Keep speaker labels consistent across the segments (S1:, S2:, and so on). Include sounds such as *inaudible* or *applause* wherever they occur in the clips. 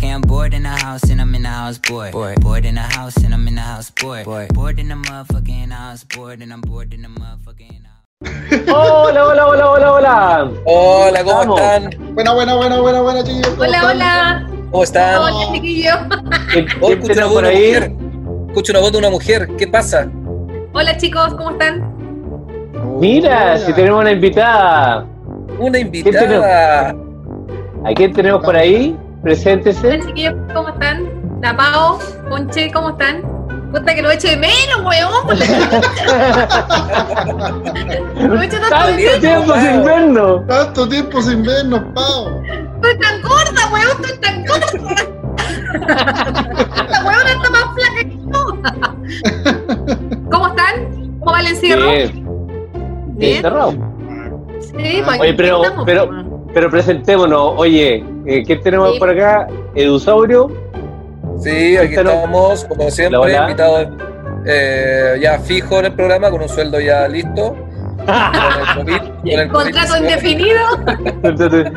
S1: Hey, I'm bored in the house and I'm in the house bored. Bored, bored in the house and I'm in the house bored. Bored, bored in the motherfucking house bored and I'm bored in the motherfucking house.
S2: Hola, hola, hola, hola, hola.
S3: Hola, ¿cómo
S2: Vamos.
S3: están?
S4: Buena, buena, buena, buena, buena, chicos. ¿cómo
S5: Hola,
S4: están?
S5: hola.
S3: ¿Cómo están?
S5: Hola, chiquillo.
S2: ¿Qué,
S3: Oh,
S2: qué
S3: escucho
S2: tenemos
S3: una
S2: por
S3: voz de una
S2: ahí?
S3: mujer. Escucho una voz de una mujer. ¿Qué pasa?
S5: Hola, chicos, ¿cómo están?
S2: Mira,
S4: Hola.
S2: si tenemos una invitada.
S3: Una invitada.
S2: ¿A quién tenemos por ahí? Preséntese.
S5: Hola, chiquillos, ¿cómo están? La Pao, Conche, ¿cómo están? Puta que lo echo de menos, weón. por la- Lo echo tanto de
S2: ¡Tanto
S5: menos.
S2: tiempo sin vernos!
S4: Tanto tiempo sin vernos, Pau.
S5: Estoy tan gorda, weón, estoy tan gorda. Esta weón está más flaca que yo. ¿Cómo están? ¿Cómo va el encierro?
S2: Bien, bien cerrado.
S5: Sí, pues,
S2: Oye, pero,
S5: aquí estamos, weón.
S2: pero, pero presentémonos. Oye, eh, ¿quién tenemos
S5: Sí.
S2: por acá? Edusaurio.
S3: Sí, aquí
S2: Cuéntanos.
S3: estamos, como siempre,
S2: Hola.
S3: invitado eh, ya fijo en el programa, con un sueldo ya listo. Con el COVID,
S5: *laughs*
S3: con el
S5: Contrato
S3: COVID-19.
S5: indefinido.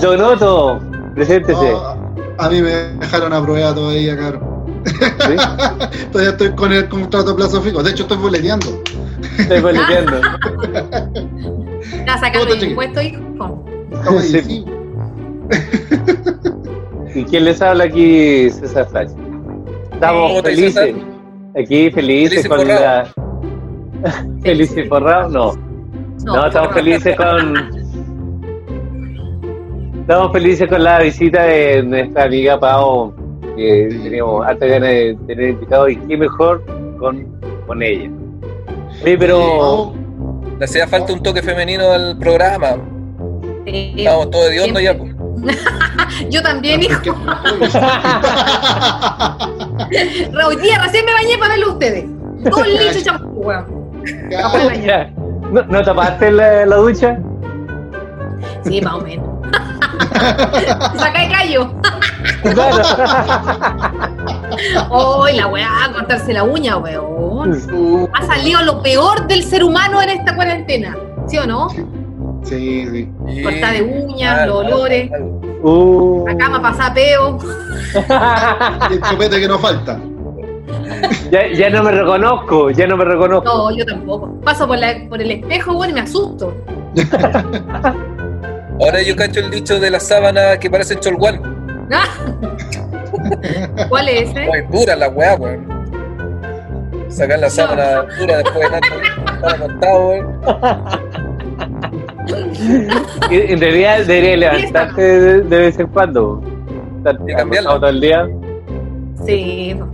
S2: Donoto, preséntese.
S4: Oh. No, a mí me dejaron aprobada todavía, cabrón. *laughs*
S2: ¿Sí?
S4: Todavía estoy con el contrato a plazo fijo. De hecho, estoy boleteando.
S2: Estoy boleteando.
S5: Está sacando
S4: Puta, chiquillo.
S5: impuestos, hijo.
S4: Estamos
S2: Sí.
S4: ahí, sí.
S2: ¿Y quién les habla aquí, César Flash? Estamos
S3: ¿Cómo te
S2: felices.
S3: dice,
S2: Aquí
S3: Felices
S2: felices con la.
S3: forrados.
S2: *laughs* ¿Felices y forrados? No. No, estamos felices con. Estamos felices con la visita de nuestra amiga Pau, que teníamos harta ganas de tener invitado y qué mejor con, con ella. Sí, pero.
S4: Pau, *laughs*
S3: Le hacía falta un toque femenino al programa.
S5: Sí.
S3: Estábamos todos hediondos ya.
S5: Siempre. Yo también, hijo.
S4: ¿qué-
S5: Raúl, tía, recién me bañé para verlo a ustedes. Dos litros de champú, weón. Después de
S4: Cabrón,
S5: bañar.
S2: Ya. *laughs* ¿No, no tapaste la, la
S3: *laughs*
S2: ducha?
S5: Sí, más o menos. Sacá el callo.
S2: Claro.
S5: Hoy la weá, cortarse la uña, weón.
S4: uh,
S5: Ha salido lo peor del ser humano en esta cuarentena. ¿Sí o no?
S4: Sí, sí.
S3: pues. Y-
S5: Cortada de uñas,
S3: Mal,
S5: los
S3: mal,
S5: olores.
S3: mal.
S2: Uh.
S5: La cama pasa peo.
S4: Y el chupete que nos falta.
S2: Ya, ya no me reconozco, ya no me reconozco.
S5: No, yo tampoco. Paso por, la, por el espejo, weón, y me asusto.
S3: Ahora yo cacho el dicho de la sábana que parece cholguán.
S5: ¿Cuál es ese?
S3: Ay, dura la weá, weón. Sacar la sábana dura después de tanto estar acostado, weón.
S2: Y- En realidad debería levantarte de, de vez en cuando. Estar
S3: Y cambiarla.
S2: acostado todo el día. *laughs*
S5: Sí. po.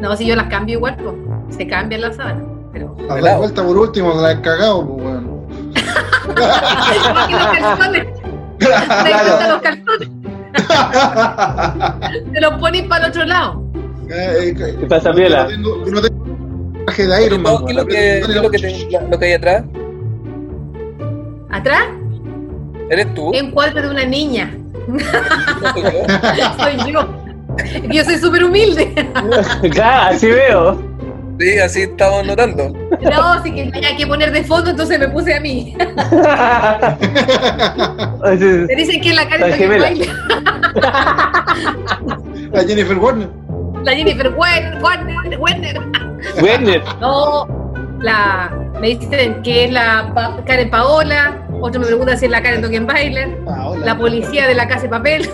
S5: No, si yo las cambio igual, pues. Se cambian las sábanas. Pero.
S4: A la
S3: Pelado.
S4: vuelta por último, la he cagado, pues, weón.
S5: Igual que los calzones. Te cortan los calzones. *laughs* Te los pones para el otro lado.
S4: Eh, eh,
S2: ¿Qué pasa,
S4: Yo no
S2: Piola?
S4: tengo, yo no tengo traje de Iron Man.
S3: No, ¿Qué es lo
S4: weón.
S3: que, qué es lo que, te- la- lo que hay atrás?
S5: Atrás,
S3: ¿Eres
S2: Oh.
S3: tú?
S5: es un cuadro de una niña.
S3: ¿No soy yo?
S5: Soy yo. Yo soy súper humilde.
S2: Claro, así
S3: *laughs*
S2: veo.
S3: Sí, así estamos notando.
S5: No, así que tenía que poner de fondo, entonces me puse a mí.
S2: Así-
S5: Me dicen que en la cara
S2: La
S5: estoy que
S2: gemela.
S5: baila.
S4: La Jennifer Warner.
S5: La Jennifer Warner, Warner, Warner.
S2: Werner.
S5: No, la, me dicen que es la Pa- Karen Paola. Otro me pregunta si es la Karen Tockenbailer.
S4: Ah, hola.
S5: La policía de la casa de papel.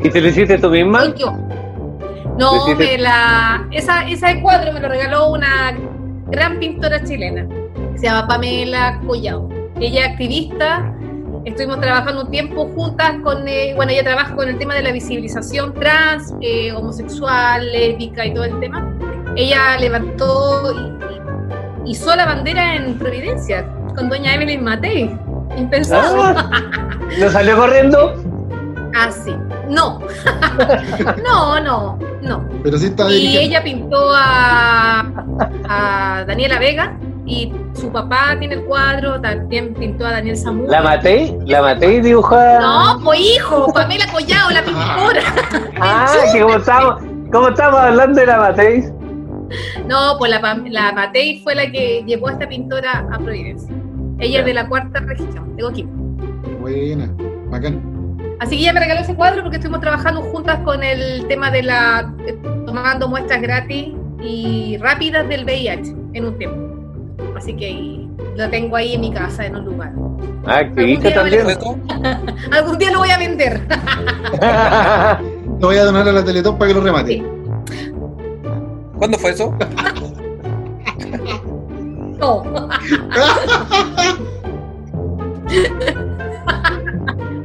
S2: ¿Y te lo hiciste tú misma?
S5: Soy yo. No,
S2: Decide-
S5: me la, esa, esa de cuadro me lo regaló una gran pintora chilena. que Se llama Pamela Collao. Ella es activista. Estuvimos trabajando un tiempo juntas con, eh, bueno, ella trabaja con el tema de la visibilización trans, eh, homosexual, lésbica y todo el tema. Ella levantó y, y hizo la bandera en Providencia con doña Evelyn Matei. Impensado.
S2: Ah, ¿No salió corriendo?
S5: Así. Ah, No. *laughs* no, no, no.
S4: Pero sí está
S5: Y
S4: dirigiendo.
S5: ella pintó a, a Daniela Vega y su papá tiene el cuadro, también pintó a Daniel Zamora.
S2: ¿La maté? ¿La maté y dibujada?
S5: No, pues hijo, Pamela Collado, la pintora.
S2: Ah, que como estamos, como estamos hablando de la maté.
S5: No, pues la, Pam- la Matei fue la que llevó a esta pintora a Providencia. Ella es de la cuarta región, de Coquimbo.
S4: Buena. Bacán.
S5: Así que ella me regaló ese cuadro porque estuvimos trabajando juntas con el tema de la eh, tomando muestras gratis y rápidas del VIH en un tiempo. Así que ahí lo tengo ahí en mi casa, en un lugar.
S2: Ah, activista
S5: Algún
S2: también.
S5: día
S3: ¿Fue tú?
S5: Algún día lo voy a vender. *laughs*
S4: Lo voy a donar a la Teletón para que lo remate.
S5: Sí.
S3: ¿Cuándo fue eso?
S5: No.
S4: *laughs*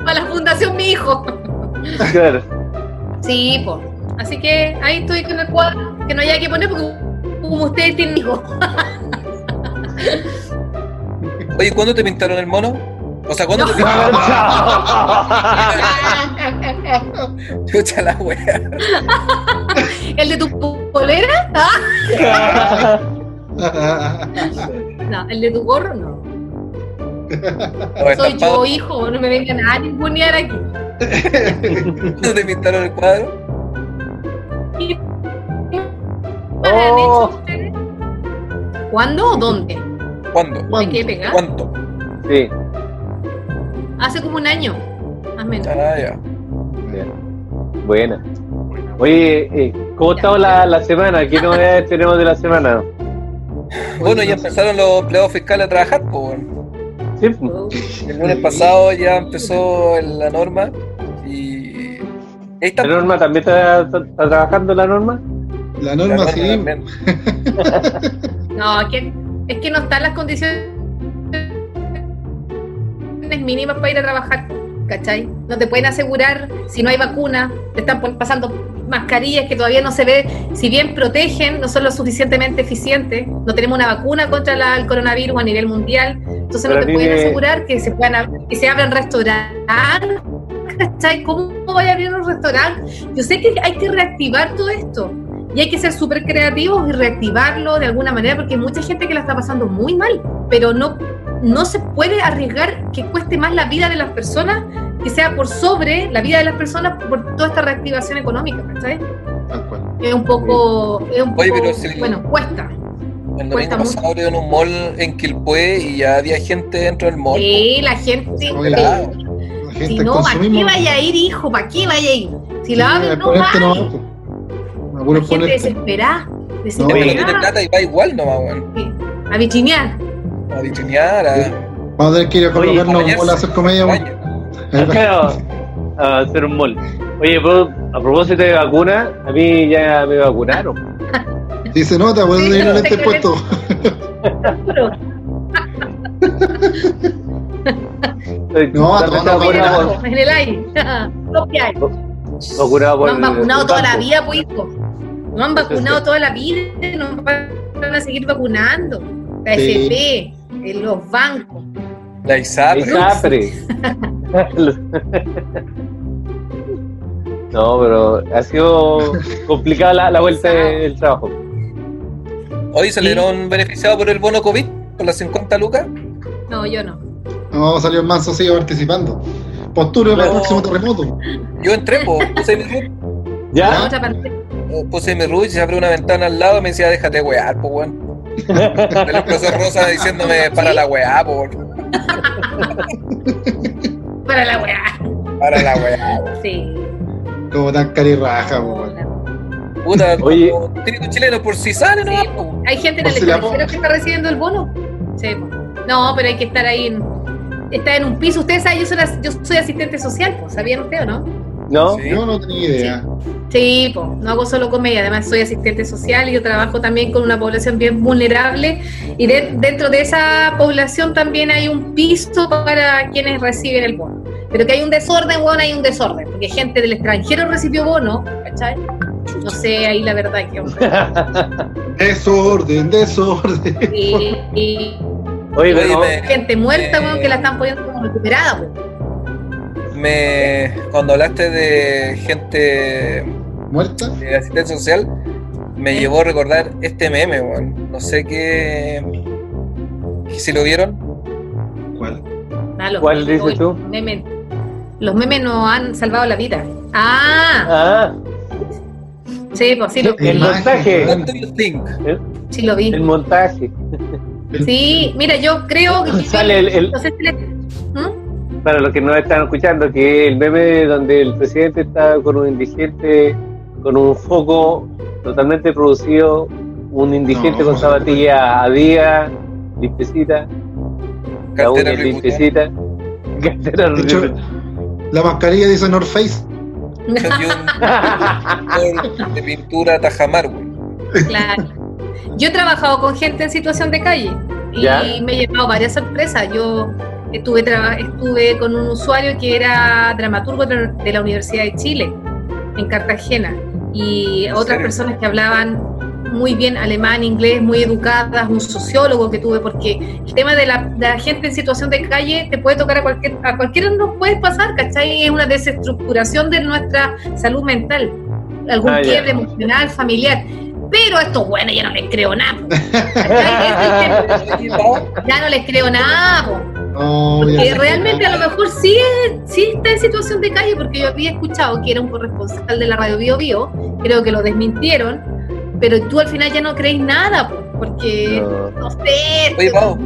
S5: Para la fundación mi hijo.
S2: *laughs*
S3: *laughs*
S2: claro.
S5: Sí, pues. Así que ahí estoy con el cuadro que no haya que poner porque como ustedes tienen hijos.
S3: Oye, ¿cuándo te pintaron el mono? O sea, ¿cuándo te pintaron? *laughs* Chucha la wea.
S5: ¿El de tu polera? Ah, No, el de tu gorro no.
S3: No, es
S5: Soy
S3: estampado.
S5: yo, hijo, no me vengan a ningunear aquí.
S3: ¿Cuándo te pintaron el cuadro?
S5: ¿Qué
S2: Oh.
S5: me han hecho ustedes? ¿Cuándo o dónde?
S3: ¿Cuándo?
S5: Me
S4: ¿Cuándo?
S5: quedé pegada.
S3: ¿Cuánto?
S2: Sí.
S5: Hace como un año, más o menos.
S3: Ah, ya.
S2: Bien. Buena. Oye, eh, ¿cómo ha estado la, la semana? ¿Qué novedades tenemos de la semana?
S3: Bueno, ya empezaron los empleados fiscales a trabajar, pues. bueno.
S2: Sí, pues.
S3: El lunes pasado ya empezó la norma y. Ahí está.
S2: ¿La norma también está, está trabajando la norma?
S3: La
S4: La norma
S3: norma
S4: sí.
S3: también.
S5: No, es que, es que no están las condiciones mínimas para ir a trabajar, ¿cachai? No te pueden asegurar si no hay vacuna, te están pon- pasando mascarillas que todavía no se ve, si bien protegen, no son lo suficientemente eficientes, no tenemos una vacuna contra la- el coronavirus a nivel mundial, entonces
S2: Pero
S5: no te
S2: a mí
S5: pueden
S2: me-
S5: asegurar que se puedan ab- que se abran restaurantes, ¿cachai? ¿Cómo vaya a abrir un restaurante? Yo sé que hay que reactivar todo esto, y hay que ser súper creativos y reactivarlo de alguna manera porque hay mucha gente que la está pasando muy mal, pero no, no se puede arriesgar que cueste más la vida de las personas, que sea por sobre la vida de las personas por toda esta reactivación económica, ¿cachai?
S4: Tal cual.
S5: Es un poco, es un
S3: Oye,
S5: poco,
S3: pero si-
S5: bueno, cuesta.
S3: El domingo
S5: Cuesta
S3: pasado abrieron un mall en Quilpué y ya había gente dentro del mall.
S5: Sí, la gente,
S4: Está
S3: Claro.
S4: La
S5: eh, si
S4: gente
S5: no, ¿para qué
S4: consumimos.
S5: vaya a ir, hijo? ¿Para qué vaya a ir? Si la abren, no va.
S3: este
S4: ponerte no va.
S5: La
S4: po. Me apuro
S5: gente
S4: ponerte.
S5: desesperada,
S3: Gente que este. no
S2: Sí.
S3: tiene
S5: desesperada,
S3: plata y va igual nomás, weón.
S5: a bichinear.
S3: A bichinear, a.
S4: Vamos a tener que ir a colocarnos
S3: Oye,
S4: un bol a hacer comedia. weón.
S3: baño.
S4: Ahí
S2: *laughs*
S4: va.
S2: Claro, a hacer un mol. Oye, pero a propósito de vacuna, a mí ya me vacunaron.
S4: Y se nota,
S5: Sí,
S4: puedes ir
S5: no
S4: a
S5: sé
S4: este
S5: qué
S4: puesto. *laughs* No,
S2: También
S4: no,
S2: estaba
S4: no,
S5: en el
S2: vacunado,
S4: no.
S5: ojo, en el aire. *laughs* Lo que hay.
S2: por- vacunado
S5: No
S2: por
S5: han
S2: el-
S5: vacunado
S2: el
S5: toda la
S2: banco.
S5: vida, pues. hijo. No han vacunado toda la vida, no van a seguir vacunando. La
S4: Sí.
S5: FP, eh, los bancos.
S3: La ISAPRE.
S5: *laughs*
S2: Isapre. No, pero ha sido complicada la, la vuelta del trabajo.
S3: Hoy salieron beneficiados por el bono COVID, por las 50 lucas.
S5: No, yo no.
S4: No, salió el manso, sigue participando. Postura para el
S3: No.
S4: próximo terremoto.
S3: Yo entré,
S5: *laughs*
S3: po, puse mi RUT,
S5: La
S2: ¿Ya?
S5: otra parte.
S3: eh, puse mi RUT y se abrió una ventana al lado y me decía, déjate wear, po, weón.
S2: *laughs*
S3: Pero el profesor Rosa diciéndome, para la weá, po, weón.
S5: Para la weá.
S3: para la weá.
S5: Sí.
S4: Como tan carirraja, po, weón.
S3: Puta,
S2: Oye.
S3: como típico chileno, por si sale,
S5: Sí,
S3: no, po.
S5: Hay gente en
S4: Por
S5: el
S4: si la
S5: extranjero que está recibiendo el bono. Sí, po. No, pero hay que estar ahí en. Está en un piso. Ustedes saben, yo soy, as- yo soy asistente social, po, ¿sabían ustedes o no?
S2: ¿No?
S3: Sí.
S4: Yo no tenía idea.
S5: Sí, po, no hago solo comedia, además soy asistente social y yo trabajo también con una población bien vulnerable y de- dentro de esa población también hay un piso para quienes reciben el bono. Pero que hay un desorden, bueno, hay un desorden, porque gente del extranjero recibió bono, ¿cachai? No sé ahí la verdad
S2: *laughs*
S5: que hombre.
S4: Desorden, desorden. *laughs*
S5: Y, y
S2: Oye,
S3: Oye,
S2: pero
S3: me-
S5: gente muerta, bueno, que la están poniendo como recuperada, po.
S3: Me, cuando hablaste de gente
S4: ¿Muerta?
S3: de asistencia social,
S2: ¿Eh?
S3: me llevó a recordar este meme, weón. No sé qué. Si lo vieron,
S4: ¿Cuál?
S5: Ah, los-
S2: ¿Cuál dices
S5: uy,
S2: tú?
S5: memes. Los memes nos han salvado la vida. Ah,
S2: Ah,
S5: sí, pues sí lo
S2: el
S5: vi.
S2: montaje.
S3: What do you think?
S5: Sí lo vi.
S2: El montaje.
S5: Sí, mira, yo creo que
S2: *laughs* Sale el- el-
S5: no sé si le- ¿Mm?
S2: para los que no están escuchando, que el meme donde el presidente está con un indigente, con un foco totalmente producido, un indigente
S4: No,
S2: con
S4: no,
S2: zapatilla a día, limpecita, la
S3: Cartera
S2: uña
S3: Louis
S2: limpecita, *laughs* cartera
S4: De hecho,
S2: Louis
S4: la mascarilla dice North Face.
S3: Vuitton. Yo soy un pintor de pintura Tajamar, güey.
S5: Claro. Yo he trabajado con gente en situación de calle y
S2: ¿Ya?
S5: me he llevado varias sorpresas. Yo estuve, traba- estuve con un usuario que era dramaturgo de de la Universidad de Chile, en Cartagena, y
S3: ¿En
S5: otras
S3: serio?
S5: personas que hablaban muy bien alemán, inglés, muy educadas, un sociólogo que tuve, porque el tema de la, de la gente en situación de calle te puede tocar a cualquier, a cualquiera nos puede pasar, ¿cachai? Es una desestructuración de nuestra salud mental, algún
S2: Ah, ya.
S5: quiebre emocional, familiar. Pero estos buenos ya no les creo nada. po. ¿Cachai? Ese es el tema. Ya no les creo nada. po.
S4: No, ya
S5: Que
S4: sé.
S5: realmente a lo mejor sí, es- sí está en situación de calle, porque yo había escuchado que era un corresponsal de la radio Bio Bio, creo que lo desmintieron, pero tú al final ya no crees nada, po, porque
S2: No.
S5: no sé.
S3: Oye, Pau,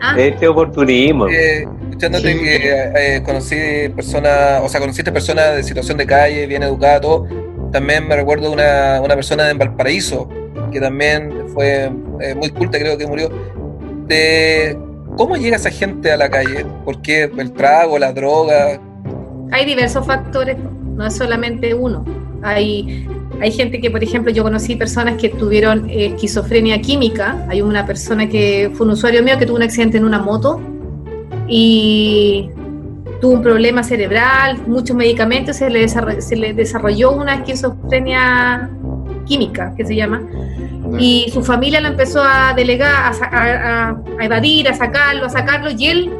S5: Ah,
S2: Este oportunismo.
S3: eh, escuchándote
S4: Sí.
S3: que eh, eh, conocí personas, o sea, conociste personas de situación de calle, bien educadas, todo. También me recuerdo una, una persona en Valparaíso, que también fue eh, muy culta, creo que murió. De cómo llega esa gente a la calle, por qué el trago, la droga,
S5: hay diversos factores, no es solamente uno. Hay, hay gente que, por ejemplo, yo conocí personas que tuvieron eh, esquizofrenia química. Hay una persona que fue un usuario mío que tuvo un accidente en una moto y tuvo un problema cerebral, muchos medicamentos, se le, desarro- se le desarrolló una esquizofrenia química, que se llama, y su familia lo empezó a delegar, a, sa- a- a- a evadir, a sacarlo, a sacarlo, y él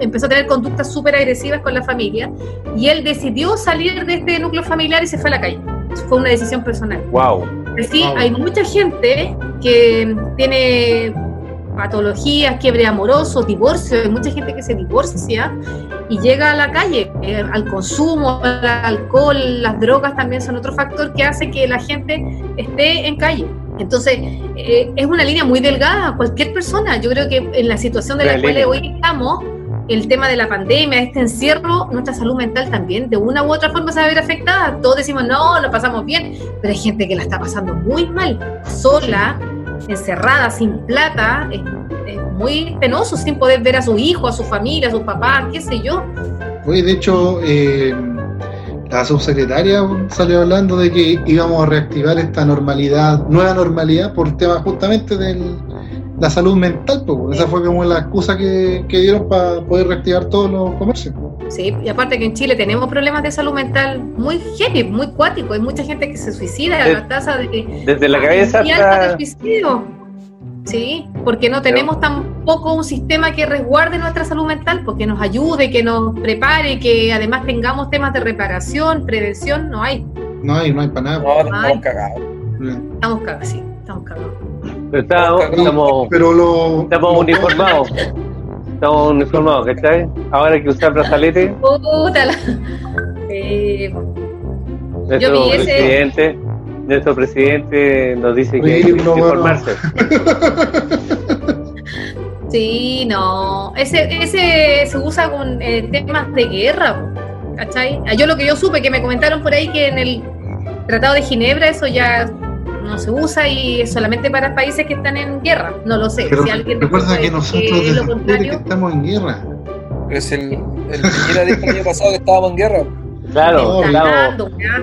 S5: empezó a tener conductas súper agresivas con la familia, y él decidió salir de este núcleo familiar y se fue a la calle. Eso Fue una decisión personal.
S2: Wow.
S5: Así,
S4: Wow.
S5: hay mucha gente que tiene patologías, quiebre amoroso, divorcio, hay mucha gente que se divorcia y llega a la calle, eh, al consumo, al alcohol, las drogas también son otro factor que hace que la gente esté en calle. Entonces, eh, es una línea muy delgada, cualquier persona, yo creo que en la situación de la
S2: Una
S5: cual
S2: línea.
S5: hoy estamos, el tema de la pandemia, este encierro, nuestra salud mental también, de una u otra forma se va a ver afectada. Todos decimos, no, lo pasamos bien, pero hay gente que la está pasando muy mal, sola, encerrada, sin plata, es, es muy penoso, sin poder ver a su hijo, a su familia, a su papá, qué sé yo.
S4: Oye, de hecho, eh, la subsecretaria salió hablando de que íbamos a reactivar esta normalidad, nueva normalidad, por tema justamente de la salud mental. pues, bueno. Esa fue como la excusa que, que dieron para poder reactivar todos los comercios.
S5: Sí, y aparte que en Chile tenemos problemas de salud mental muy heavy, muy cuático, hay mucha gente que se suicida,
S2: Sí.
S5: la tasa de...
S2: Desde
S4: Ah,
S2: la cabeza
S5: muy alta de
S2: hasta.
S5: suicidio. Sí, porque no tenemos tampoco un sistema que resguarde nuestra salud mental, porque nos ayude, que nos prepare, que además tengamos temas de reparación, prevención, no hay.
S4: No hay, no hay para nada.
S3: no, estamos
S5: Ay.
S3: cagados.
S5: Estamos cagados, sí, estamos cagados.
S2: Pero estamos, estamos,
S4: Pero lo.
S2: estamos
S4: lo-
S2: uniformados. Estamos uniformados, ¿cachai? Ahora hay que usar brazalete,
S5: Puta la- *laughs* Eh, Sí,
S2: nuestro
S5: vi ese-
S2: presidente, nuestro presidente nos dice que hay que
S4: Oye, no, bueno.
S2: informarse.
S5: sí, no. Ese, ese se usa con eh, temas de guerra, po, ¿cachai? Ah, Yo lo que yo supe, que me comentaron por ahí que en el Tratado de Ginebra eso ya no se usa y es solamente para países que están en guerra. No lo sé.
S4: Pero
S5: si alguien
S4: recuerda
S5: sabe
S4: que nosotros
S5: es
S4: desde
S5: lo
S4: octubre que
S5: contrario,
S4: estamos en guerra.
S3: Pero es el, el Piñera dijo el año pasado que estábamos en guerra.
S2: Claro,
S5: está
S2: estamos
S5: dando, ya.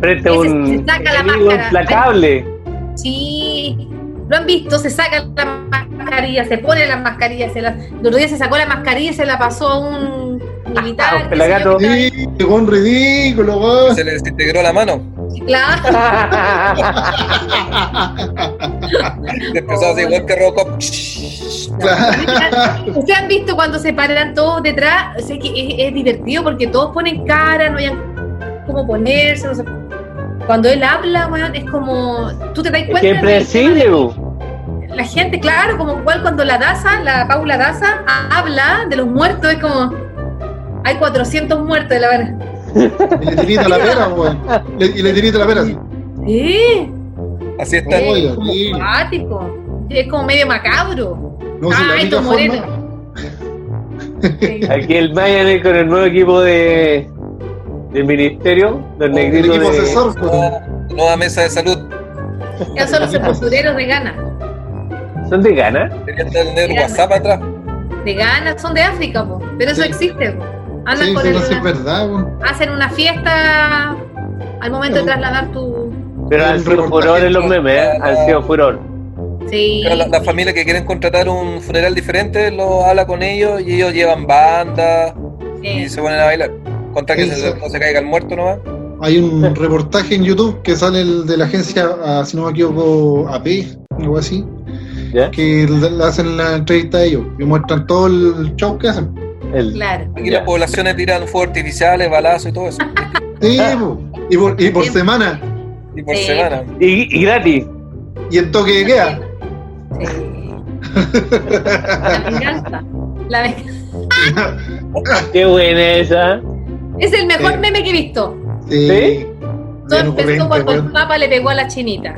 S2: frente a
S5: Ese
S2: un
S5: se saca la
S2: enemigo
S5: máscara.
S2: implacable.
S5: Sí, lo han visto, se saca la mascarilla, se pone la mascarilla, se la, el otro día se sacó la mascarilla y se la pasó a un militar.
S2: Ah,
S5: qué sé yo,
S2: pelagato.
S5: que estaba-
S4: Sí, llegó un ridículo, weón.
S3: Se le desintegró la mano.
S5: Claro.
S2: *laughs*
S3: Se empezó así igual que Robocop.
S5: Ustedes han visto cuando se paran todos detrás, O sea, que es, es divertido porque todos ponen cara, no hayan cómo ponerse, no sé. Cuando él habla, weón, es como. Tú te das
S2: Es
S5: cuenta.
S2: que
S5: del tema de-
S2: impredecible, bu.
S5: la gente, claro, como igual cuando la Daza, la Paula Daza, a- habla de los muertos, es como. Hay 400 muertos de la verdad.
S4: Y le tirita la pera, weón. Le- Y le tirita la pera. así.
S5: Sí,
S3: Así está.
S4: Oye,
S5: es como
S4: horrible.
S5: cuático. Es como medio macabro.
S4: No, si
S5: Ah,
S4: la
S5: estos
S4: única
S5: morenos.
S4: forma.
S2: Aquí el Mayan con el nuevo equipo de del ministerio, los
S4: Oh, El
S2: negritos
S4: equipo
S2: de,
S4: asesor, pues.
S3: Nueva, nueva mesa de salud.
S5: Ya son los sepultureros de Ghana.
S2: son de Ghana.
S3: Debería tener WhatsApp atrás.
S5: De Ghana son de África, po. pero eso
S4: Sí.
S5: existe. po. Andan
S4: Sí,
S5: con
S4: sí,
S5: el-
S4: no sí, es verdad, weón.
S5: hacen una fiesta al momento de trasladar tu.
S2: Pero han
S4: Un
S2: sido
S4: reportaje
S2: furor en los
S3: con
S2: memes, ¿eh?
S3: la-
S2: han sido furor.
S5: Sí.
S3: Pero la- las familias que quieren contratar un funeral diferente, lo habla con ellos y ellos llevan bandas y
S5: sí.
S3: se ponen a bailar. Contra que se,
S4: Eso.
S3: no se caiga el muerto nomás.
S4: Hay un reportaje en YouTube que sale el de la agencia, ah, si no me equivoco, AP, algo así,
S2: ¿Ya?
S4: que le le hacen la entrevista a ellos y muestran todo el show que hacen.
S2: El-
S5: Claro.
S3: Aquí
S2: Ya.
S3: las poblaciones tiran fuegos artificiales, balazos y todo eso.
S4: Sí,
S2: Ah.
S4: po. y por, y por
S5: Sí.
S4: semana,
S3: Y por
S5: *laughs* Sí.
S3: semana.
S2: Y, y gratis.
S4: y el toque de queda.
S5: Sí. La venganza. La venganza.
S2: Qué buena esa.
S5: Es el mejor
S4: Sí.
S5: meme que he visto.
S4: Sí.
S2: ¿Sí?
S5: Todo
S4: Bien
S5: empezó
S4: ocurrente,
S5: cuando el
S4: weón.
S5: Papa le pegó a la chinita.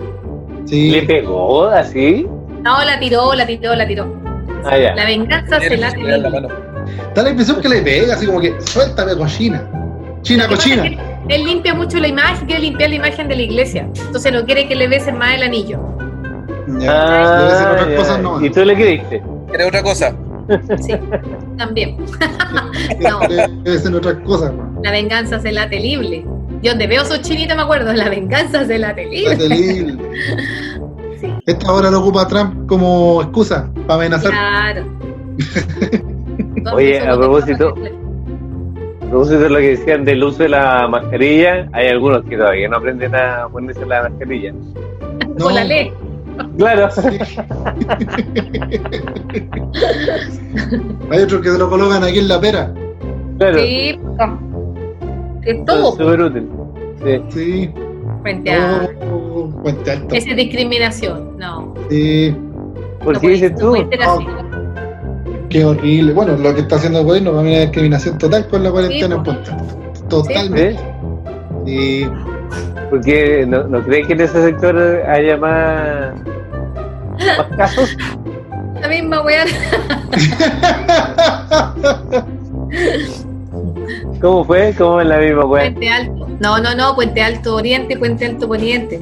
S2: ¿Le
S4: Sí.
S2: pegó así?
S5: No, la tiró, la tiró, la tiró.
S2: Ah, ya.
S5: La venganza se
S3: Tienen
S5: la
S3: que tirar la
S5: tiró.
S3: mano.
S4: Da la impresión que le pega, así como que suéltame cochina. China,
S5: Lo que pasa
S4: cochina.
S5: es que Él limpia mucho la imagen, quiere limpiar la imagen de la iglesia. Entonces no quiere que le besen más el anillo.
S4: Ya. Debe ser
S2: Ah,
S4: otras
S2: ya.
S4: cosas, no.
S2: ¿Y tú le creíste?
S3: Era otra cosa.
S5: Sí, también. No.
S4: Debe, debe ser otras cosas, weón.
S5: La venganza se la telible. Yo donde veo esos chinitos me acuerdo, la venganza se la
S4: Está
S5: telible.
S4: terrible.
S5: *laughs* Sí.
S4: Esta hora lo ocupa Trump como excusa para amenazar.
S2: *laughs*
S5: Claro.
S2: Oye, a propósito- Entonces, de lo que decían del uso de la mascarilla, hay algunos que todavía no aprenden a ponerse la mascarilla.
S4: No.
S5: Con la ley.
S2: Claro.
S4: *laughs*
S2: *laughs*
S4: Hay otros que se lo colocan aquí en la pera.
S2: Claro.
S5: Sí, es
S2: Son
S5: todo
S2: súper útil. Sí.
S4: Sí.
S5: frente a
S4: Oh, puente alto.
S5: esa discriminación. No.
S4: Sí.
S2: ¿Por
S5: no
S2: qué
S5: puede-
S2: dices
S5: no
S2: tú?
S5: puede ser así.
S4: Qué horrible. Bueno, lo que está haciendo el gobierno para mí es una discriminación total con la cuarentena
S5: Sí,
S4: en
S5: pues.
S4: puente alto. Totalmente.
S2: ¿Sí?
S4: Sí.
S2: Porque no, no creen que en ese sector haya más, más casos.
S5: La misma weá.
S2: ¿Cómo fue? ¿Cómo es la misma weá?
S5: Puente Alto. No, no, no. Puente Alto Oriente, Puente Alto Poniente.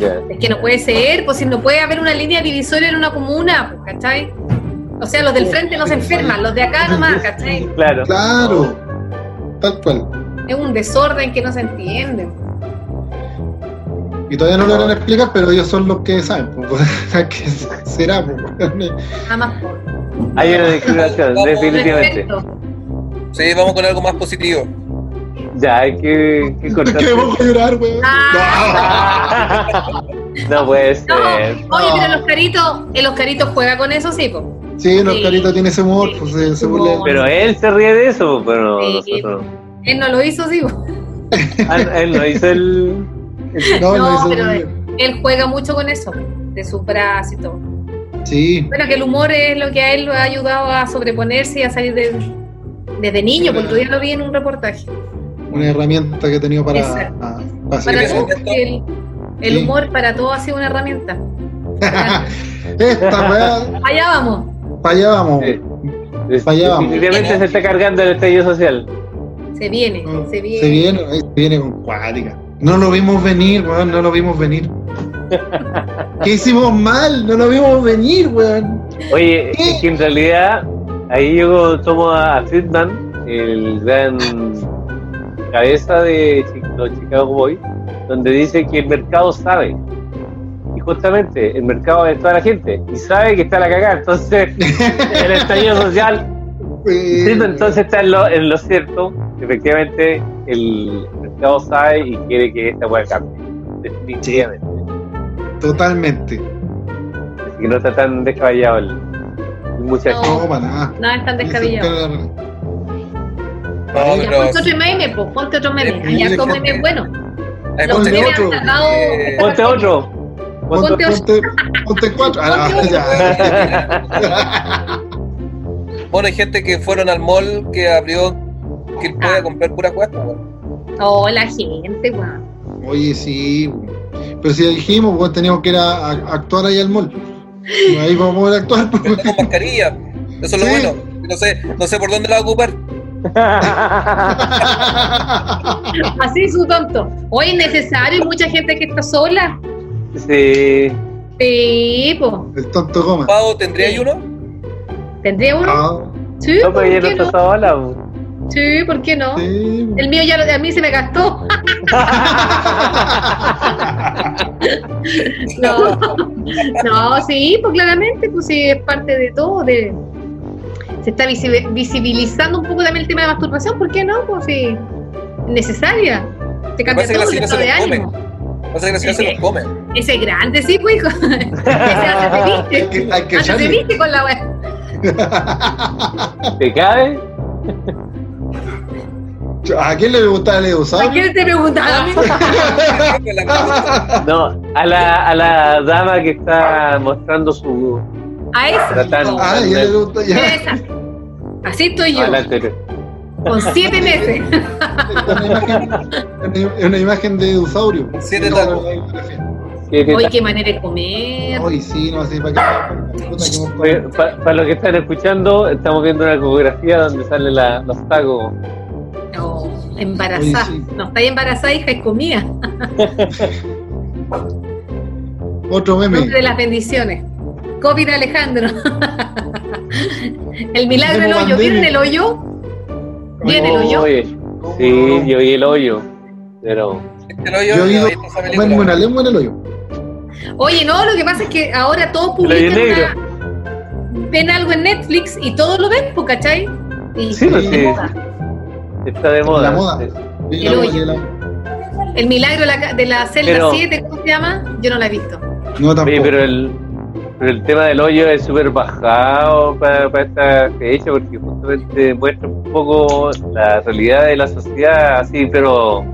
S2: Ya.
S5: Es que no puede ser, pues si no puede haber una línea divisoria en una comuna, pues, ¿cachai? O sea, los del frente no se enferman, los de acá nomás, ¿cachai?
S2: Claro.
S4: Claro. Tal cual.
S5: Es un desorden que no se entiende.
S4: Y todavía no lo van a explicar, pero ellos son los que saben. pues. *laughs* ¿Qué será? pues?
S5: Nada más por
S2: Hay una discriminación,
S3: Vamos,
S2: definitivamente.
S5: respeto.
S3: Sí, vamos con algo más positivo.
S2: Ya, hay que, que cortar.
S4: Que vamos a llorar, weón.
S5: Ah,
S2: *laughs* No puede ser.
S5: no. Oye, pero el Oscarito, el Oscarito juega con eso, sí, pues.
S4: Sí, el
S5: Sí.
S4: Oscarito tiene ese humor,
S5: Sí.
S4: pues se, se
S5: Humor.
S4: burla.
S2: Pero él se ríe de eso, pues, pero
S5: Sí.
S2: nosotros no.
S5: Él no lo hizo, sí, pues. po.
S2: Ah, él no hizo el.
S4: No,
S5: No,
S4: no, eso-
S5: pero él juega mucho con eso, de sus brazos y todo.
S4: Sí,
S5: Bueno, que el humor es lo que a él lo ha ayudado a sobreponerse y a salir de- desde niño, porque yo lo vi en un reportaje.
S4: una herramienta que he tenido para,
S5: Exacto.
S4: a- para
S5: Para
S4: hacer
S5: todo, el, el
S4: Sí.
S5: humor para todo ha sido una herramienta.
S4: eso. *laughs* Esta weá,
S5: Allá vamos.
S4: para allá vamos.
S2: Sí.
S4: Fallamos.
S2: Definitivamente se está cargando el estallido social.
S5: Se viene, se viene.
S4: Se viene, ay, se viene con cuática. No lo vimos venir, weón, no lo
S2: *laughs*
S4: vimos venir. ¿Qué hicimos mal? No lo vimos venir, weón.
S2: Oye, es que en realidad ahí yo tomo a Friedman, el gran cabeza de Chi- los Chicago Boys, donde dice que el mercado sabe. Y justamente el mercado es toda la gente y sabe que está la cagada. Entonces, el estallido social
S4: Eh,
S2: *laughs* Sí, entonces está en lo, en lo cierto. Efectivamente, el mercado sabe y quiere que esta hueá cambie. Definitivamente.
S4: Totalmente.
S2: Así que no está tan descabellado el, el muchacho.
S4: No, para nada.
S5: Nada es tan descabellado.
S3: No,
S5: Ya, pues,
S3: pero
S5: ponte otro meme, pues, ponte otro meme.
S4: Sí,
S5: Allá
S4: sí,
S5: todo
S4: sí.
S5: meme es bueno.
S3: hay
S5: Los
S3: mucha
S4: ponte
S5: memes
S3: gente-
S5: han
S4: otro.
S5: sacado.
S3: Eh,
S2: Ponte otro. Ponte
S5: Ponte
S4: Ponte, ponte, cuatro. Ah, no,
S5: Ponte
S4: ya.
S3: *laughs* Bueno, hay gente que fueron al mall que abrió que puede
S5: Ah.
S3: comprar pura cuesta, weón.
S5: Oh, la gente, weón.
S4: Oye, sí. weón. Pero si dijimos, weón, teníamos que ir a, a- a actuar Pues ahí al mall. Ahí vamos a poder actuar.
S3: *laughs* Pero está con mascarilla. Eso es lo
S4: Sí.
S3: bueno. no sé, no sé por dónde la va a ocupar.
S5: Así es un tonto. Hoy es necesario y mucha gente que está sola.
S2: *laughs* Sí.
S5: Sí, po.
S4: El tonto goma.
S3: Pau, ¿tendría ahí uno?
S5: ¿Tendré uno?
S4: Ah,
S5: Sí,
S2: No,
S5: ¿por
S2: pero ya no
S5: qué
S2: está
S5: no?
S2: sola. po.
S5: Sí, ¿por qué no?
S4: sí,
S5: El mío ya lo- a mí se
S4: *laughs*
S5: me gastó. no, no, sí, pues claramente, pues sí, es parte de todo. De, se está visi- visibilizando un poco también el tema de masturbación, ¿por qué no? Pues sí, necesaria.
S3: Lo que
S5: Te cambia
S3: pasa es que
S5: todo
S3: las
S5: el
S3: chicas se
S5: estado de
S3: los comen.
S5: ánimo.
S3: Pasa que las chicas se los
S4: *laughs*
S3: comen.
S5: Ese es grande, sí, pues hijo. *laughs* Ese antes te
S4: Hay
S5: viste.
S4: que, hay que
S5: Antes ¿Ah, te
S4: echarle.
S5: viste con la wea.
S2: ¿Te cabe?
S4: *laughs* ¿A quién le gustaba el
S5: ¿A
S4: Eusabio?
S5: quién te preguntaba?
S4: *laughs*
S2: No, a la, a la dama que está mostrando su.
S5: A
S2: Tratando.
S5: eso.
S4: Ah, ya le gusta. Ya.
S5: Esa. Así estoy yo,
S2: Adelante.
S5: con siete meses.
S4: *laughs* Es una imagen- es una imagen de Eusaurio.
S3: Siete tacos.
S2: Sí, sí,
S5: Hoy
S2: está.
S5: qué manera de comer.
S4: Hoy sí, no sé para qué. Puta, que hemos-
S2: Oye, pa- Para los que están escuchando, estamos viendo una ecografía donde salen la- los tacos.
S5: No, embarazada.
S4: Hoy sí.
S5: No, está ahí embarazada, hija, y comía.
S4: Otro
S5: Nombre de
S4: meme.
S5: las bendiciones. COVID Alejandro. *laughs* el milagro del
S4: Tenemos
S5: hoyo. ¿Vieron
S4: pandemia.
S5: el hoyo? ¿Vieron el hoyo?
S2: Oye, sí, yo vi el hoyo. Pero.
S4: Yo he ido a comerme una lengua en el hoyo.
S5: Oye, no, lo que pasa es que ahora todos
S2: Lo vi en
S5: publican una- ven algo en Netflix y todos lo ven, pues, ¿cachai? Y
S2: Sí,
S4: lo
S5: y-
S2: sé. Está de moda.
S4: La moda.
S5: El hoyo. El milagro de la, ca- de la celda
S2: Pero-
S5: 7, ¿cómo se llama? Yo no la he visto.
S4: No
S2: Oye,
S4: tampoco.
S2: pero el, pero el tema del hoyo es súper bajado para, para esta fecha porque justamente muestra un poco la realidad de la sociedad, así, pero.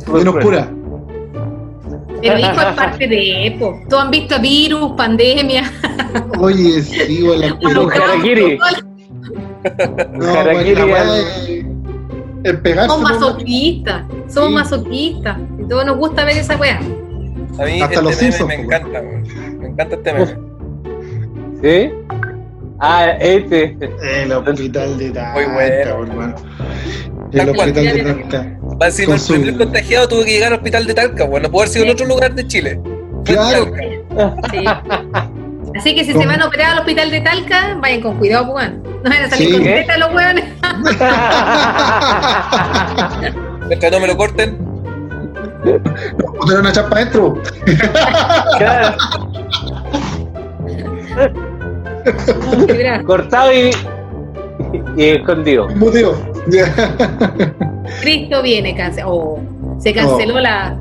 S2: súper
S4: Menos
S2: cruel.
S4: pura.
S5: Pero hijo es parte de Epo. Todos han visto virus, pandemia.
S4: Oye, sí, güey, la
S2: Un
S5: Pero-
S2: harakiri.
S4: No,
S2: Un
S4: güey,
S2: harakiri
S4: la
S2: al-
S4: weá es- es pegarse
S5: Somos
S4: por la-
S5: masoquistas. Somos
S4: Sí.
S5: masoquistas. Y todos nos gusta ver esa weá.
S3: A mí
S4: Hasta
S3: este
S4: los
S3: meme
S4: Simpsons,
S3: me
S4: pues.
S3: encanta, weón. me encanta este meme.
S2: ¿Sí? Ah, este. *laughs*
S4: El hospital de Tanta,
S3: Muy bueno.
S4: por hermano.
S3: Tal
S4: El
S3: cual.
S4: hospital de Tanta.
S3: Va a decir,
S4: Con
S3: el
S4: su-
S3: primer contagiado tuvo que llegar al hospital de Talca, bueno, no pudo haber sido en otro lugar de Chile. Fue en
S4: Claro.
S3: Talca.
S4: *laughs*
S5: Sí. Así que si
S4: ¿Cómo?
S5: se van a operar al hospital de Talca, vayan con cuidado, pues, weón. No van a salir
S4: Sí.
S5: con
S2: ¿Qué?
S5: tetas
S4: *laughs*
S5: los weones.
S3: Mientras no me lo corten,
S4: Botaron una chapa adentro.
S2: Claro,
S5: Mira,
S2: cortado y, y escondido.
S4: Un
S5: *laughs*
S4: motivo.
S5: Cristo viene, cance- oh, se canceló
S4: Oh.
S5: la.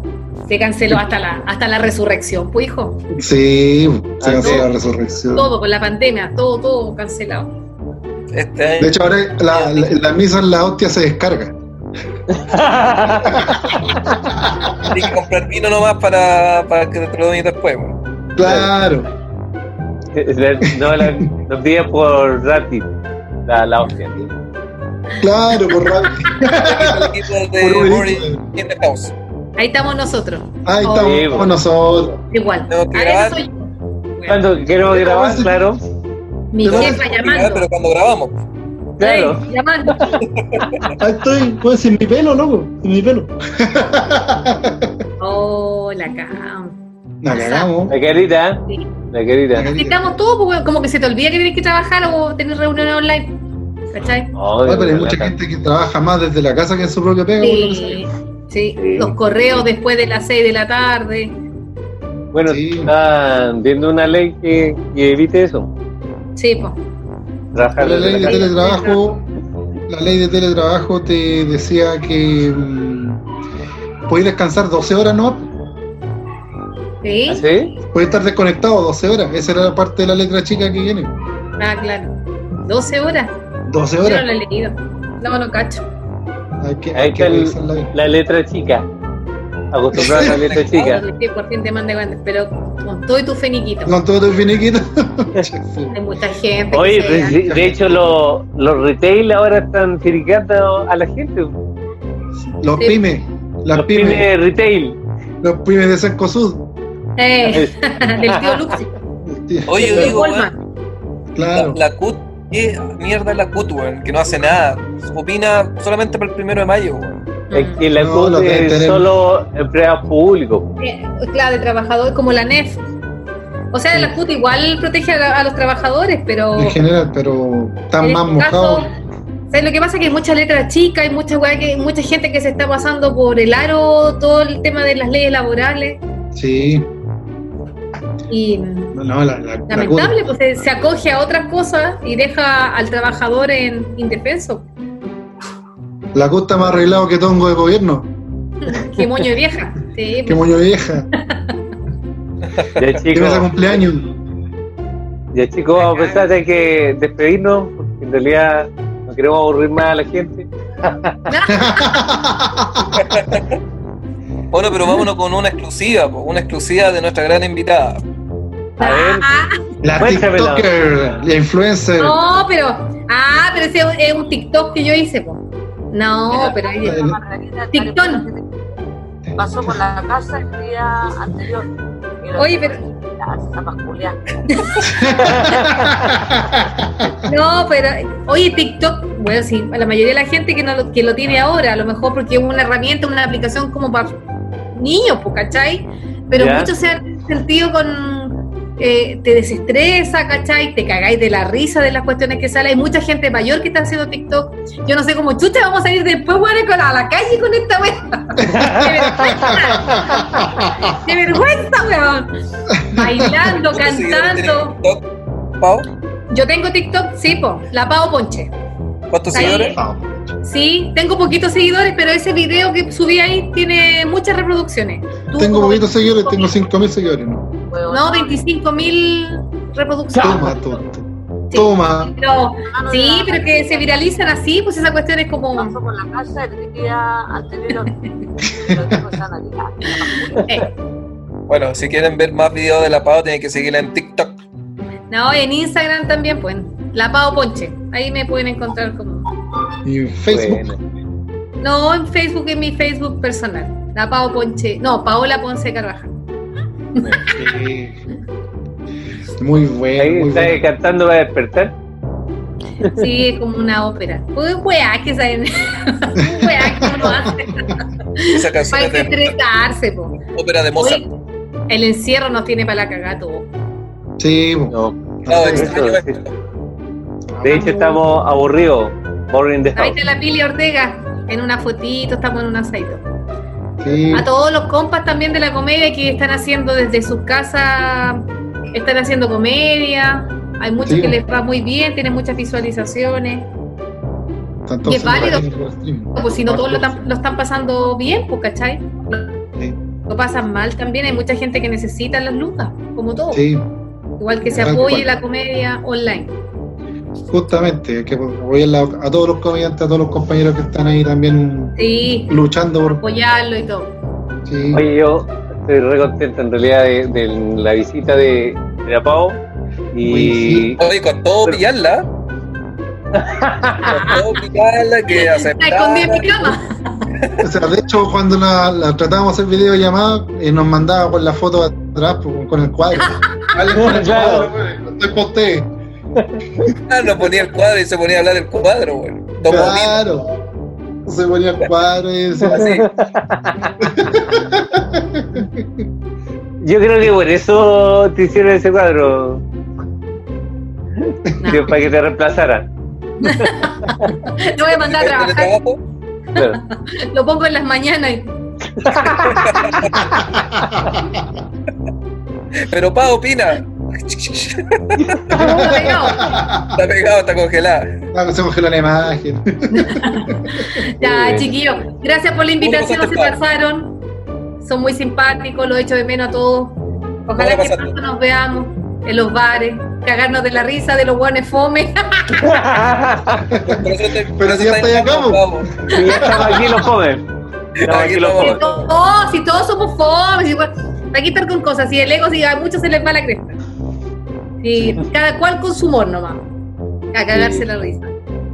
S5: Se canceló hasta la, hasta la resurrección, pues hijo.
S4: Sí, se
S2: Ah,
S4: canceló
S2: todo.
S4: la resurrección.
S5: Todo con la pandemia, todo, todo cancelado.
S3: este
S4: De
S3: año.
S4: hecho, ahora la, la, la misa en la hostia se descarga.
S3: Tienes que comprar vino nomás para, para que te lo den después, weón.
S4: Claro.
S2: No la, nos piden por Rati, la, la hostia.
S4: Claro, por radio.
S3: El equipo de
S4: Por Uber
S3: Rory
S4: Eats.
S3: in the house.
S5: Ahí estamos nosotros.
S4: Ahí
S5: Oh,
S2: Sí,
S4: estamos
S2: bueno.
S4: con nosotros.
S5: Igual.
S3: Tengo que
S5: Ah,
S3: grabar.
S5: eso soy yo. Weón.
S2: Cuando quiero grabar, claro.
S5: Mi
S4: Pero-
S5: jefa llamando.
S3: Pero cuando grabamos,
S2: Claro.
S5: Ey, llamando.
S4: Ahí estoy, pues sin mi pelo, loco. Sin mi pelo.
S5: Oh, la cama.
S4: La cagamos.
S2: La querida,
S5: Sí.
S2: la querida.
S5: Necesitamos todo, pues, weón, como que se te olvida que tienes que trabajar o tener reuniones online. ¿Cachai?
S2: Ay,
S4: Ah, pero hay
S2: la
S4: mucha
S2: lata.
S4: gente que trabaja más desde la casa que en su propia pega. por lo que sea.
S5: Sí, sí. Los correos después de las 6 de la tarde.
S2: Bueno,
S4: Sí.
S2: están viendo una ley que, que evite eso.
S5: Sí, pues.
S2: Trabajar
S4: La ley
S2: desde
S4: de
S2: la
S5: tele-
S2: casa.
S4: teletrabajo, la ley de teletrabajo te decía que mm, podéis descansar 12 horas, ¿no?
S5: Sí.
S2: ¿Ah, ¿Sí?
S4: Podéis estar desconectado 12 horas. Esa era la parte de la letra chica que viene.
S5: Ah, claro. 12 horas.
S4: 12
S5: Yo no lo
S4: horas.
S5: he leído. No, no cacho.
S4: Hay que,
S2: Ahí
S4: hay que
S2: está el-
S4: revisarla ahí.
S2: la letra chica. Acostumbrada a la letra chica.
S5: Ahora sí, por fin te manda grande, pero con todo y tu feniquito.
S4: Con todo el
S2: *laughs*
S4: finiquito.
S5: Hay mucha gente.
S2: Oye, pues,
S5: que se-
S2: de, de hecho lo- los retail ahora están firicando a la gente.
S4: Los
S5: Sí.
S4: pymes. Las
S2: los
S4: pymes.
S2: pymes de retail.
S4: Los pymes de Senco Sud.
S5: Eh, *laughs* del tío Luxi.
S4: Sí,
S3: Oye,
S5: del
S3: digo,
S5: Walmart.
S4: Claro.
S3: la, la CUT ¿Qué mierda es la CUT, weón? Que no hace nada. Opina solamente para el primero de mayo, weón.
S2: Es que la
S4: No,
S2: CUT
S4: lo que
S2: es
S4: tenemos-
S2: solo empleados públicos.
S5: Eh, claro, de trabajador como la NEF. O sea, la CUT igual protege a, a los trabajadores,
S2: Oh.
S5: pero
S4: *laughs* en general, pero están
S5: en
S4: más
S5: este caso,
S4: mojados.
S5: ¿sabes? Lo que pasa es que hay mucha letra chica, hay mucha, weá que, mucha gente que se está pasando por el aro, todo el tema de las leyes laborales.
S4: Sí,
S5: Y
S4: no, no, la, la, la CUT-
S5: lamentable, pues se, se acoge a otras cosas y deja al trabajador en indefenso.
S4: la CUT está más arreglado que tongo de gobierno,
S5: Qué moño de vieja. Sí, pues.
S4: que moño vieja.
S2: Ya
S4: Que
S2: chicos,
S4: me hace cumpleaños.
S2: ya chicos, a pesar de que despedirnos, porque en realidad no queremos aburrir más a la gente.
S5: *laughs*
S3: Bueno, pero vámonos con una exclusiva, po, una exclusiva de nuestra gran invitada.
S2: A ver,
S4: La
S2: Cuéntamela.
S4: TikToker, la influencer.
S5: Ah,
S4: *laughs*
S5: No, pero. Ah, pero ese es un- es un TikTok que yo hice, po. No, pero ahí.
S4: Dale.
S5: Tictón.
S6: Pasó por la casa el día anterior.
S5: Oye, pero-
S6: Las tapas culiadas.
S5: No, pero. Oye, TikTok, bueno, sí, a la mayoría de la gente que, no lo, que lo tiene ahora, a lo mejor porque es una herramienta, una aplicación como para niños, po, ¿cachai? Pero
S2: Ya.
S5: muchos se han sentido con. eh, te desestresa, ¿cachai? Te cagáis de la risa de las cuestiones que salen. Hay mucha gente mayor que está haciendo TikTok. Yo no sé cómo chucha vamos a salir después, weón, con- a la calle con esta wea. *laughs* ¡Qué vergüenza! ¡Qué vergüenza, weón! Bailando,
S3: ¿Cuántos seguidores
S5: cantando.
S3: tiene TikTok, Pau?
S5: Yo tengo TikTok, sí, po, la Pao Ponche.
S3: ¿Cuántos
S5: Ahí.
S3: seguidores?
S5: Sí, tengo poquitos seguidores, pero ese video que subí ahí tiene muchas reproducciones. Tuvo
S4: Tengo
S5: como
S4: poquitos seguidores,
S5: 25.000.
S4: tengo 5.000 seguidores. No,
S5: No, 25 mil reproducciones.
S4: toma, tonto. Toma.
S5: Pero, sí, pero que se viralizan así, pues esa cuestión es como...
S6: Pasó por la casa el día
S5: *laughs*
S6: anterior. Los chicos están aquí.
S5: eh,
S3: Bueno, si quieren ver más videos de la Pau, tienen que seguirla en TikTok.
S5: No, en Instagram también, pues, la Pao Ponche. Ahí me pueden encontrar como...
S4: Y en Facebook.
S2: bueno,
S5: No, en Facebook, en mi Facebook personal. La Pao Ponche. No, Paola Ponce Carvajal.
S4: Muy bueno,
S2: ahí
S4: muy
S2: está
S4: bueno.
S2: cantando para despertar.
S5: Sí, es como una ópera. Un weá que saben. *laughs* Un weá que uno hace
S3: Esa canción
S5: para
S3: es de
S5: estresarse, po.
S3: ópera de Mozart.
S5: Oye, El encierro nos tiene para la cagada todo.
S4: Sí, bo.
S2: No,
S3: Claro,
S2: eso,
S3: extraño
S2: sí.
S3: esto.
S2: De hecho, estamos aburridos. Boring the
S5: Ahí
S2: house.
S5: está la Pili Ortega en una fotito, estamos en un asadito.
S4: Sí.
S5: A todos los compas también de la comedia que están haciendo desde sus casas, están haciendo comedia. Hay muchos
S4: Sí.
S5: que les va muy bien, tienen muchas visualizaciones.
S4: Tanto
S5: y es
S4: se nos
S5: válido.
S4: va a ir el stream.
S5: Pues si no todos lo están, lo están pasando bien, pues, ¿cachai?
S4: Sí.
S5: Lo pasan mal también, hay mucha gente que necesita las lucas, como todo.
S4: Sí,
S5: Igual que se
S4: Tal
S5: apoye
S4: cual.
S5: la comedia online.
S4: justamente, hay que apoyar a todos los comediantes, a todos los compañeros que están ahí también
S5: Sí,
S4: luchando por...
S5: apoyarlo y todo.
S4: Sí,
S2: Oye, yo estoy re contento en realidad de, de la visita de, de la Pau. Y
S4: Uy,
S3: Oye, con todo
S2: Pero-
S3: pillarla. Con todo pillarla, que
S5: Está escondida en mi
S3: aceptara.
S5: cama.
S4: o sea, de hecho cuando la, la tratábamos de hacer videollamada eh, nos mandaba con la foto atrás pues, con, el cuadro.
S2: *laughs*
S4: Dale con el
S2: Claro.
S4: cuadro, no estoy por ustedes.
S3: Ah, no ponía el cuadro y se ponía a hablar del cuadro, güey. Don Odín,
S4: Claro. Se ponía el cuadro y decía,
S3: así.
S2: yo creo que por eso te hicieron ese cuadro.
S5: No.
S2: que para que te reemplazara.
S5: Te voy a
S3: Este,
S5: mandar a trabajar.
S3: Teletrabajo.
S2: Claro.
S5: Lo pongo en las mañanas. y- *laughs*
S3: Pero Pa opina.
S5: Está pegado.
S3: Está pegado, está congelada.
S4: ah, se congeló la imagen.
S5: Ya,
S2: bien.
S5: chiquillos. Gracias por la invitación. Se
S3: pasaste, Pau?
S5: pasaron. Son muy simpáticos. Los echo de menos a todos. Ojalá
S3: ¿Cómo
S5: que
S3: la pasaste?
S5: pronto nos veamos en los bares. Cagarnos de la risa de los guanes fome. *laughs*
S3: Por eso te- por
S4: Pero
S3: eso
S4: si ya
S3: está
S4: estoy acá,
S3: enfermo,
S4: po.
S3: Pau.
S2: Y ya estamos aquí los comen. Estamos
S3: Aquí
S2: aquí los
S3: estamos.
S5: Si
S2: comen.
S5: todos, si todos somos fomes. igual, Hay que estar con cosas. Si el ego, si a muchos se les va la cresta. Sí, cada cual con su humor nomás. A cagarse la risa.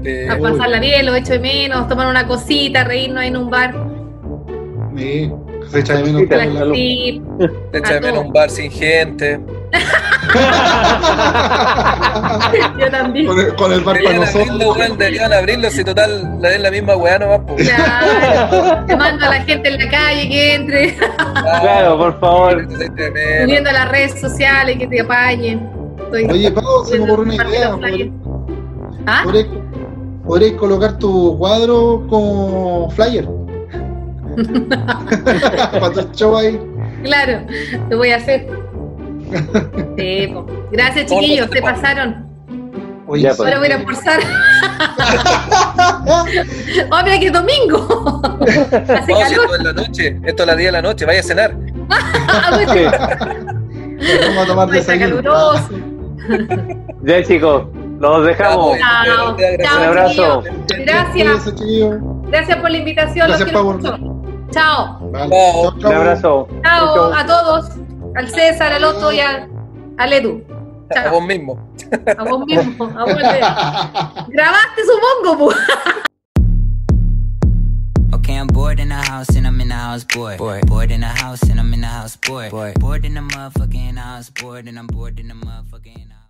S3: Sí.
S5: A pasarla bien, lo echo de menos, tomar una cosita, reírnos en un bar.
S4: Sí, se echa de menos.
S2: Sí,
S4: todo
S2: la
S4: la-
S2: luz.
S5: Sí,
S3: Te echa
S5: a
S3: de menos
S5: todo.
S3: un bar sin gente.
S5: *laughs* Yo también.
S4: Con el, con el bar para
S3: Deberían abrirlo,
S4: nosotros.
S3: weón, deberían abrirlo, si total, la es la misma weá nomás, po.
S5: Claro. Llamando a la gente en la calle que entre,
S3: Ah,
S2: Claro, por favor.
S3: esto es tremendo.
S5: uniendo a las redes sociales que te apañen. Estoy-
S4: Oye, Pau, se me ocurre una idea.
S5: Flyer. ¿Ah?
S4: Podrías podrías colocar tu cuadro como
S2: *laughs*
S4: flyer. *laughs* Para tu show ahí.
S5: Claro, lo voy a hacer. Sí, po. Gracias,
S3: Por
S5: chiquillos, se
S3: supuesto.
S5: pasaron.
S4: Oye,
S2: Ya,
S4: sí.
S2: pues.
S5: Ahora voy a ir a almorzar.
S4: *laughs*
S5: *laughs* ¡Oh, mira que es domingo! Hace
S3: No, si
S5: calor.
S3: esto es la noche, esto es la 10 de la noche, vaya a cenar.
S5: Ah, bueno,
S2: Sí.
S4: vamos a tomar
S5: Está
S4: desayuno.
S5: caluroso.
S2: Ya, chicos, los dejamos.
S5: Chao,
S2: Un
S5: chao,
S2: abrazo.
S5: chiquillos.
S4: Cuídense,
S5: Gracias,
S4: chiquillos.
S5: gracias por la invitación. los
S4: Gracias,
S5: quiero
S4: Pau.
S5: mucho. Chao,
S4: Vale.
S3: Chao.
S4: Chao,
S2: Un
S4: chao.
S2: abrazo.
S5: chao a todos, al César, al Otto y a- al Edu.
S3: A
S5: Chao,
S3: vos mismo.
S5: a vos mismo, a vos Edu.
S3: *laughs*
S5: Grabaste, supongo, pues.
S1: Okay, I'm bored in the house and I'm in the house bored. Bored, bored in the house and I'm in the house bored. Bored, bored in the motherfucking house bored and I'm bored in the motherfucking house.